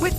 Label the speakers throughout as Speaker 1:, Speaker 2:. Speaker 1: With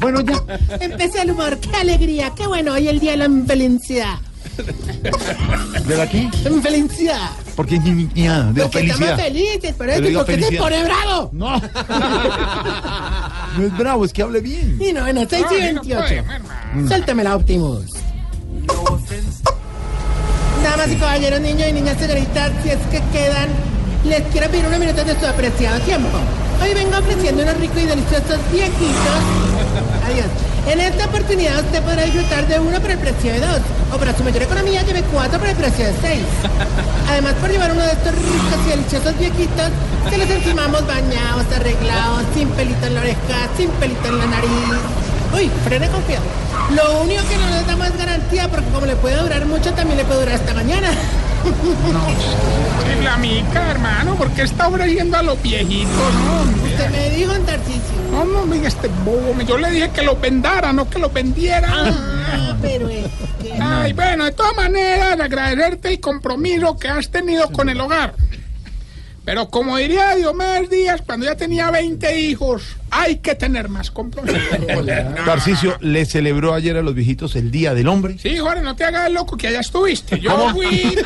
Speaker 2: Bueno, ya empecé el humor. ¡Qué alegría! ¡Qué bueno! Hoy el día de la felicidad.
Speaker 3: ¿De la qué?
Speaker 2: ¡Felicidad!
Speaker 3: ¿Por qué ni- ni- ni- ah, de la
Speaker 2: Porque estamos
Speaker 3: felicidad?
Speaker 2: felices este por
Speaker 3: Pero
Speaker 2: esto y
Speaker 3: diga
Speaker 2: porque te
Speaker 3: felicidad.
Speaker 2: pone bravo.
Speaker 3: No. No es bravo, es que hable bien.
Speaker 2: Y no, bueno, 6 y 28. Suéltamela, Optimus. Damas y caballeros, niños y niñas, señoritas, si es que quedan, les quiero pedir unos minutos de su apreciado tiempo. Hoy vengo ofreciendo unos ricos y deliciosos viejitos. Adiós. En esta oportunidad usted podrá disfrutar de uno por el precio de dos. O para su mayor economía, lleve cuatro por el precio de seis. Además, por llevar uno de estos ricos y deliciosos viejitos, se los encimamos bañados, arreglados, sin pelito en la oreja, sin pelito en la nariz. Uy, frene con cuidado. Lo único que no les damos es garantía, porque como le puede durar mucho, también le puede durar hasta mañana.
Speaker 4: La mica, hermano, porque qué está yendo a los viejitos, no? hombre?
Speaker 2: Usted me dijo en Tarcisio.
Speaker 4: No, no, mira este bobo. Yo le dije que los vendara, no que los vendiera.
Speaker 2: Ah, pero es que...
Speaker 4: Ay, bueno, de todas maneras, agradecerte el compromiso que has tenido con el hogar. Pero como diría Diomedes Díaz, cuando ya tenía 20 hijos, hay que tener más compromiso.
Speaker 3: Tarcicio le celebró ayer a los viejitos el Día del Hombre.
Speaker 4: Sí, Jorge, no te hagas loco que allá estuviste. Yo fui,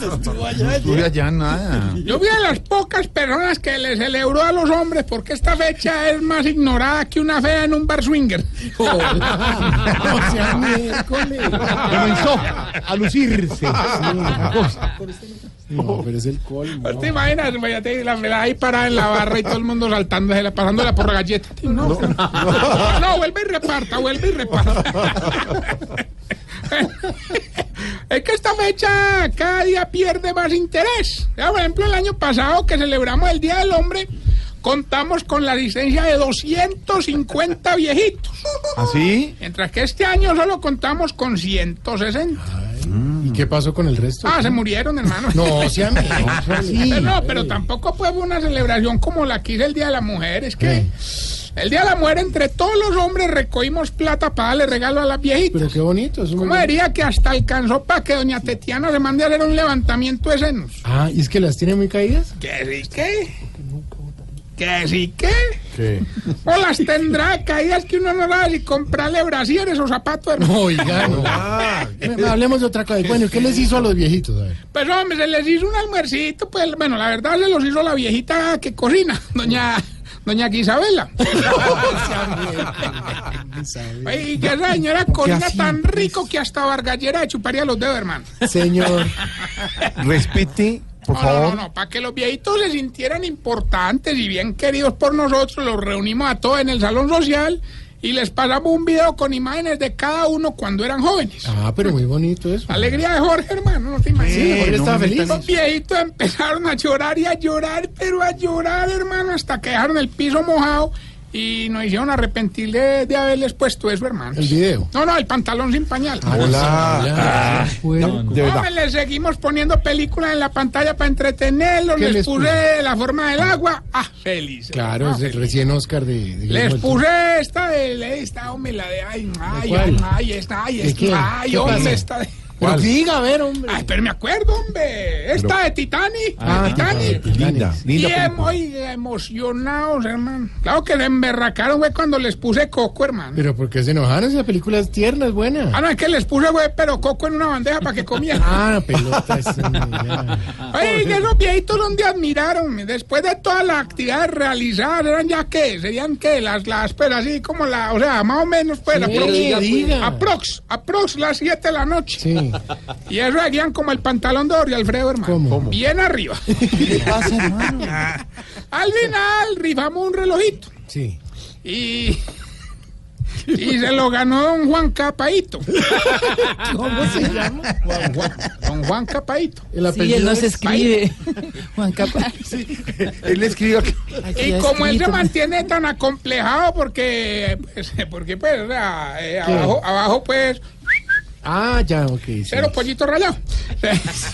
Speaker 3: Estuve allá nada.
Speaker 4: yo fui de las pocas personas que le celebró a los hombres porque esta fecha es más ignorada que una fea en un bar swinger.
Speaker 2: No sea miércoles.
Speaker 3: Comenzó a lucirse. ¿Ah,
Speaker 4: ¿Te imaginas? Vaya, te- La velada ahí parada en la barra y todo el mundo saltando, pasándola por la galleta. No, no, vuelve y reparta, vuelve y reparta. Es que esta fecha cada día pierde más interés. Ya, por ejemplo, el año pasado que celebramos el Día del Hombre, contamos con la asistencia de 250 viejitos.
Speaker 3: ¿Así?
Speaker 4: Mientras que este año solo contamos con 160.
Speaker 2: ¿Y qué pasó con el resto?
Speaker 4: Ah, se murieron, hermano.
Speaker 2: No sea
Speaker 4: Eh,
Speaker 2: miércoles.
Speaker 4: No, pero tampoco fue una celebración como la que hice el Día de la Mujer. Es
Speaker 2: Eh.
Speaker 4: que el Día de la Mujer, entre todos los hombres, recogimos plata para darle regalo a las viejitas.
Speaker 2: qué bonito. Es
Speaker 4: ¿Cómo diría que hasta alcanzó para que doña Tetiana se mande a hacer un levantamiento de senos?
Speaker 2: Ah, ¿y es que las tiene muy caídas?
Speaker 4: ¿Que sí qué? ¿Que sí qué? O las tendrá de caídas que uno no sabe si comprarle brasieres o zapatos, hermano.
Speaker 2: Oiga, no. Hablemos de otra cosa. Bueno, ¿qué les hizo a los viejitos? A ver.
Speaker 4: Pues hombre, se les hizo un almuercito, pues bueno, la verdad se los hizo la viejita que cocina, doña doña Isabela. Oye, Pues, y que esa señora cocina
Speaker 3: hacía,
Speaker 4: tan rico que hasta Vargallera le chuparía los dedos, hermano.
Speaker 2: Señor.
Speaker 3: Respete, por
Speaker 4: No, no, no,
Speaker 3: favor.
Speaker 4: no, para que los viejitos se sintieran importantes y bien queridos por nosotros, los reunimos a todos en el salón social y les pasamos un video con imágenes de cada uno cuando eran jóvenes.
Speaker 2: Ah, pero muy bonito eso.
Speaker 4: La alegría de Jorge, hermano, no te imaginas.
Speaker 2: Sí, Jorge
Speaker 3: no,
Speaker 2: estaba
Speaker 3: no
Speaker 2: feliz.
Speaker 4: Los viejitos empezaron a llorar y a llorar, pero a llorar, hermano, hasta que dejaron el piso mojado y nos hicieron arrepentir de, de haberles puesto eso, hermano.
Speaker 2: El video. Ah,
Speaker 4: No, no, el pantalón sin pañal.
Speaker 2: Hola.
Speaker 3: De
Speaker 4: No,
Speaker 3: verdad.
Speaker 4: me les seguimos poniendo películas en la pantalla para entretenerlos.
Speaker 2: ¿Qué
Speaker 4: Les,
Speaker 2: les
Speaker 4: puse
Speaker 2: puso?
Speaker 4: la forma del agua. Ah, feliz.
Speaker 2: Claro, es el recién Oscar de. de
Speaker 4: Les
Speaker 2: Guillermo del Toro.
Speaker 4: puse esta de esta, hombre, la de ay, ay, ay,
Speaker 2: cuál?
Speaker 4: ay, esta, ay,
Speaker 2: ¿De
Speaker 4: esta,
Speaker 2: quién?
Speaker 4: ay,
Speaker 2: ¿Qué pasa?
Speaker 4: hombre, esta de.
Speaker 2: Pero diga, a ver, hombre.
Speaker 4: Ay, pero me acuerdo, hombre. Esta de Titanic.
Speaker 2: Ah,
Speaker 4: Titanic.
Speaker 3: Linda, linda.
Speaker 4: Bien,
Speaker 3: película.
Speaker 4: muy emocionados, hermano. Claro que le emberracaron, güey, cuando les puse coco, hermano.
Speaker 2: Pero ¿por qué se enojaron? Esa película es tierna, es
Speaker 4: Ah,
Speaker 2: buena.
Speaker 4: no, es que les puse, güey, pero coco en una bandeja para que comieran.
Speaker 2: Ah, pelota. sí, ya.
Speaker 4: Ay, que esos viejitos donde admiraron. Después de todas las actividades realizadas, eran ya qué, serían qué, las, las, pero así como la, o sea, más o menos, pues,
Speaker 2: Pero
Speaker 4: aprox,
Speaker 2: diga, diga.
Speaker 4: aprox, aprox, las 7 de la noche.
Speaker 2: Sí.
Speaker 4: Y eso seguían como el pantalón de Ori Alfredo, hermano.
Speaker 2: ¿Cómo?
Speaker 4: Bien arriba.
Speaker 3: ¿Qué le pasa, hermano?
Speaker 4: Al final, rifamos un relojito.
Speaker 2: Sí.
Speaker 4: Y. Y se lo ganó don Juan Capaito.
Speaker 5: ¿Cómo se llama?
Speaker 4: Don Juan Capaito.
Speaker 5: El
Speaker 6: Sí, él no se escribe. Juan Capa.
Speaker 3: Él le escribió que-
Speaker 6: Aquí
Speaker 4: Y
Speaker 6: ya
Speaker 4: como él se
Speaker 6: escrito.
Speaker 4: mantiene tan acomplejado porque, pues, porque pues, o sea, eh, abajo, abajo, pues,
Speaker 5: Ah, ya, ok. sí.
Speaker 4: cero pollito rayado.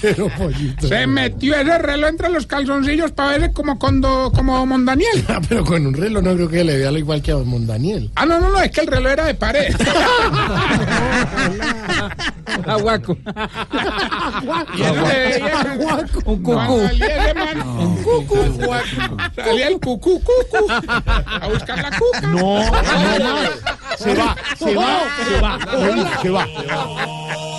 Speaker 5: Cero pollito.
Speaker 4: Se metió ese reloj entre los calzoncillos para verse como, condo, como Mondaniel.
Speaker 5: Ah, pero con un reloj no creo que le vea lo igual que a Don Daniel.
Speaker 4: Ah, no, no, no, es que el reloj era de pared.
Speaker 6: Aguaco.
Speaker 4: Y él se veía-
Speaker 6: Un
Speaker 4: Cuando
Speaker 6: cucú.
Speaker 4: Salía el hermano. Cucu. Salía el cucú, cucú. A buscar la cuca.
Speaker 3: No, no, no. Se va, se va, se va. Raúl, se va.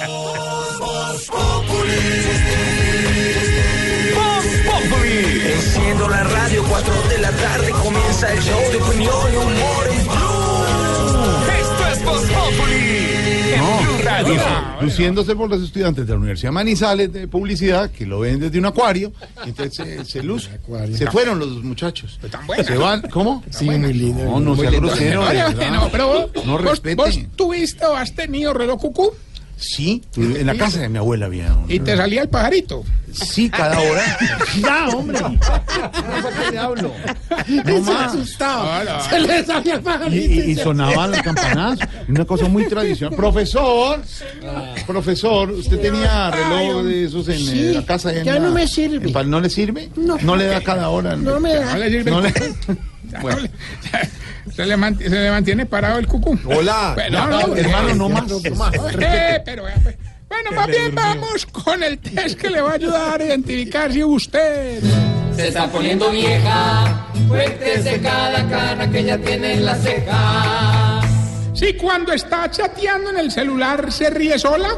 Speaker 7: Enciendo la radio, 4 de la tarde comienza el show de opinión y humor en Blue. Esto es Voz
Speaker 3: Radio. Luciéndose por los estudiantes de la Universidad Manizales de publicidad, que lo ven desde un acuario, y entonces se, se luce.
Speaker 5: acuario.
Speaker 3: Se fueron los muchachos.
Speaker 4: tan buena.
Speaker 3: Se van, ¿cómo?
Speaker 5: Sí, muy lindo.
Speaker 3: No, no sea grosero. de
Speaker 4: Oye,
Speaker 3: verdad.
Speaker 4: no, pero vos,
Speaker 3: No
Speaker 4: vos-
Speaker 3: respete.
Speaker 4: vos tuviste o has tenido reloj cucú
Speaker 3: Sí, en la casa de mi abuela había uno.
Speaker 4: y te salía el pajarito.
Speaker 3: Sí, cada hora. ya, hombre. ¿Qué hablo? No
Speaker 5: Se
Speaker 3: más.
Speaker 5: asustaba.
Speaker 4: Hola.
Speaker 5: Se le salía el
Speaker 3: Y,
Speaker 5: pajarito.
Speaker 3: y- y sonaban las campanas. Una cosa muy tradicional. Profesor, Ah. profesor, usted tenía reloj de esos en eh,
Speaker 2: Sí,
Speaker 3: la casa. en
Speaker 2: ya
Speaker 3: la-
Speaker 2: no me sirve.
Speaker 3: en Pal- ¿No le sirve?
Speaker 2: No.
Speaker 3: le da cada hora.
Speaker 2: No me da.
Speaker 4: No le sirve
Speaker 3: No
Speaker 4: el
Speaker 3: le-
Speaker 4: cucú.
Speaker 3: pues.
Speaker 4: No le- se, le mant- se le mantiene parado el cucú.
Speaker 3: Hola.
Speaker 4: Bueno, no, no,
Speaker 3: hermano, no más.
Speaker 4: Eh, pero vea, pues. Bueno, más bien vamos con el test que le va a ayudar a identificar si usted.
Speaker 7: Se está poniendo vieja, cuéntese cada cana que ya tiene en las cejas.
Speaker 4: Si cuando está chateando en el celular se ríe sola.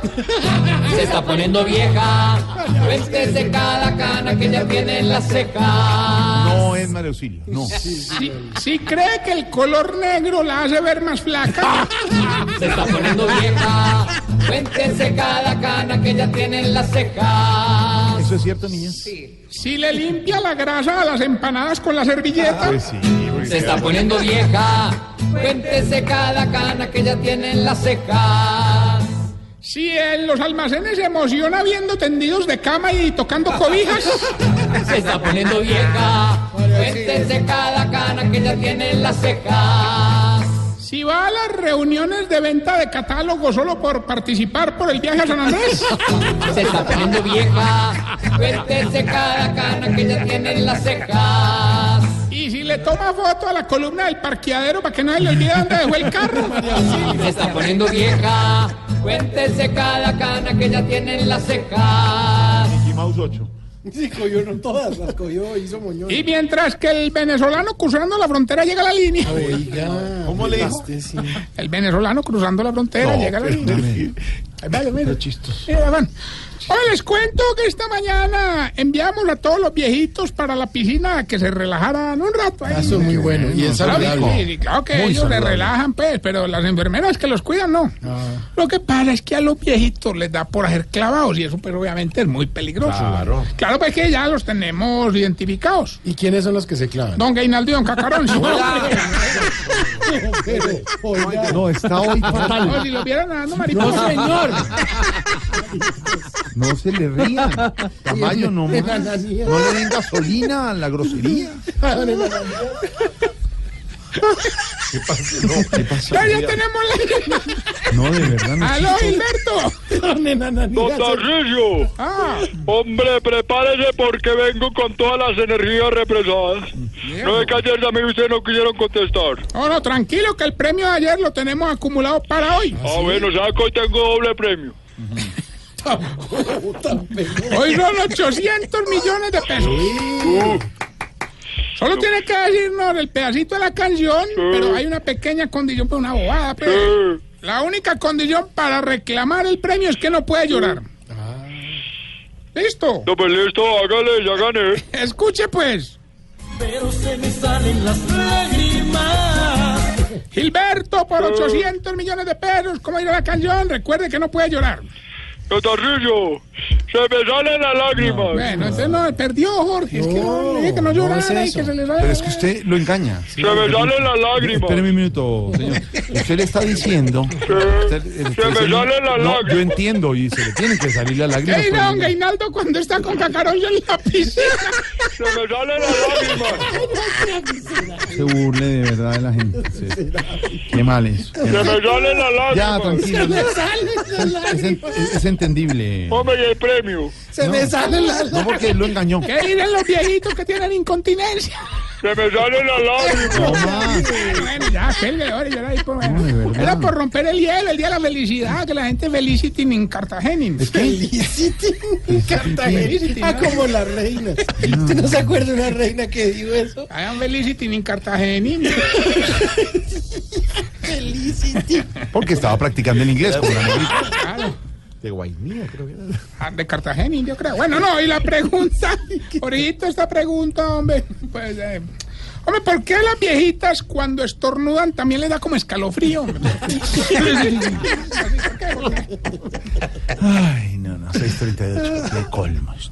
Speaker 7: Se está poniendo vieja, cuéntese cada cana que ya tiene en las cejas.
Speaker 3: No es Mario Auxilio. No.
Speaker 4: Si, si cree que el color negro la hace ver más flaca.
Speaker 7: Se está poniendo vieja, cuéntese cada cana que ya tiene en las cejas.
Speaker 3: ¿Eso es cierto, niña?
Speaker 4: Si le limpia la grasa a las empanadas con la servilleta.
Speaker 3: Pues sí. porque-
Speaker 7: Se está poniendo vieja, cuéntese cada cana que ya tiene en las cejas.
Speaker 4: Si en los almacenes se emociona viendo tendidos de cama y tocando cobijas.
Speaker 7: Se está poniendo vieja, cuéntese cada cana que ya tiene en las cejas.
Speaker 4: Si va a las reuniones de venta de catálogo solo por participar por el viaje a San Andrés.
Speaker 7: Se está poniendo vieja, cuéntese cada cana que ya tiene en las cejas.
Speaker 4: Y si le toma foto a la columna del parqueadero para que nadie le olvide dónde dejó el carro.
Speaker 7: Se está poniendo vieja, cuéntese cada cana que ya tiene en las cejas.
Speaker 3: Mickey Mouse 8.
Speaker 5: Sí, cogió no todas, las cogió, hizo moñón.
Speaker 4: Y mientras que el venezolano cruzando la frontera llega a la línea.
Speaker 5: Oiga.
Speaker 3: ¿Cómo le dijo?
Speaker 5: este sí.
Speaker 4: El venezolano cruzando la frontera llega a la línea. Ahí va, mira. Mira, van. Hoy les cuento que esta mañana enviamos a todos los viejitos para la piscina a que se relajaran un rato. ahí.
Speaker 5: Ah, Eso es muy bueno. Y es
Speaker 4: Claro, sí,
Speaker 5: saludable.
Speaker 4: sí, claro que
Speaker 5: Muy
Speaker 4: ellos
Speaker 5: saludable.
Speaker 4: se relajan, pues, pero las enfermeras que los cuidan, no.
Speaker 5: Ah.
Speaker 4: Lo que pasa es que a los viejitos les da por hacer clavados y eso, pues, obviamente es muy peligroso.
Speaker 3: Claro.
Speaker 4: Claro, pues que ya los tenemos identificados.
Speaker 5: ¿Y quiénes son los que se clavan?
Speaker 4: Don Gainaldo y Don Cacarón. sí.
Speaker 5: Pero, oiga.
Speaker 3: No, está hoy fatal.
Speaker 4: No, si lo vieran nadando mariposa.
Speaker 5: señor.
Speaker 3: No se le rían. Tamayo no más.
Speaker 5: Ananía.
Speaker 3: No le den gasolina a la grosería. ¿Qué pasó? ¿Qué pasó?
Speaker 4: Ya, ya tenemos la...
Speaker 3: No, de verdad no.
Speaker 4: ¡Aló, Gilberto!
Speaker 8: Tarrillo,
Speaker 4: Ah,
Speaker 8: hombre, prepárese porque vengo con todas las energías represadas. No es que ayer también ustedes no quisieron contestar.
Speaker 4: no, no, tranquilo, que el premio de ayer lo tenemos acumulado para hoy.
Speaker 8: Ah, bueno, ¿sabes que hoy tengo doble premio?
Speaker 4: Hoy son 800 millones de pesos. Solo tiene que decirnos el pedacito de la canción, pero hay una pequeña condición, pues una bobada. pues.
Speaker 8: Eh,
Speaker 4: La única condición para reclamar el premio es que no puede llorar. ¿Listo?
Speaker 8: no, pues listo, hágale, ya gané.
Speaker 4: Escuche pues.
Speaker 7: Pero se me salen las lágrimas.
Speaker 4: Gilberto,
Speaker 8: Ah.
Speaker 4: por 800 millones de pesos, ¿cómo irá la canción? Recuerde que no puede llorar.
Speaker 8: Don Tarrillo, Se me salen las lágrimas.
Speaker 4: Bueno, entonces no, perdió Jorge. es que no, le dije que no llorara y que se le
Speaker 3: Pero es que usted lo engaña.
Speaker 8: Se me salen las lágrimas.
Speaker 3: Espéreme un minuto, señor. Usted le está diciendo. usted- usted
Speaker 8: me
Speaker 3: se-
Speaker 8: salen las
Speaker 3: No,
Speaker 8: lágrimas.
Speaker 3: Yo entiendo y se le tienen que salir pues, las lágrimas.
Speaker 4: Ey,
Speaker 3: pero-
Speaker 4: no, Gainaldo cuando está con Cacarolla en la piscina.
Speaker 8: Se me salen las lágrimas.
Speaker 3: se burle de verdad de la gente. sí. Qué mal es. qué
Speaker 8: Se
Speaker 3: mal.
Speaker 8: me salen las lágrimas.
Speaker 3: Ya, tranquilo. ya. Es, en- es- es entendible.
Speaker 8: Hombre, y el premio.
Speaker 4: Se me salen las
Speaker 3: No, porque él lo engañó.
Speaker 4: ¿Qué dirán los viejitos que tienen incontinencia?
Speaker 8: Se me salen las lágrimas.
Speaker 4: bueno, ya, cuelgue, ahora ya ahí, pues, bueno.
Speaker 3: de verdad.
Speaker 4: Era por romper el hielo, el día de la felicidad, que la gente felicity en Cartagena.
Speaker 5: Felicity en
Speaker 4: Felicity,
Speaker 5: Cartagena. Ah,
Speaker 4: ¿no?
Speaker 5: como la reina. ¿Usted no se acuerda de una reina que dijo eso?
Speaker 4: Hagan felicity en Cartagena.
Speaker 5: Felicity.
Speaker 3: Porque estaba practicando el inglés con la negrita.
Speaker 4: Claro.
Speaker 3: De Guainía, creo que era.
Speaker 4: Ah, De Cartagena, yo creo. Bueno, no, y la pregunta, ahorita esta pregunta, hombre, pues, eh, hombre, ¿por qué a las viejitas cuando estornudan también les da como escalofrío? hombre?
Speaker 3: Ay, no, no, 638. Qué colmos.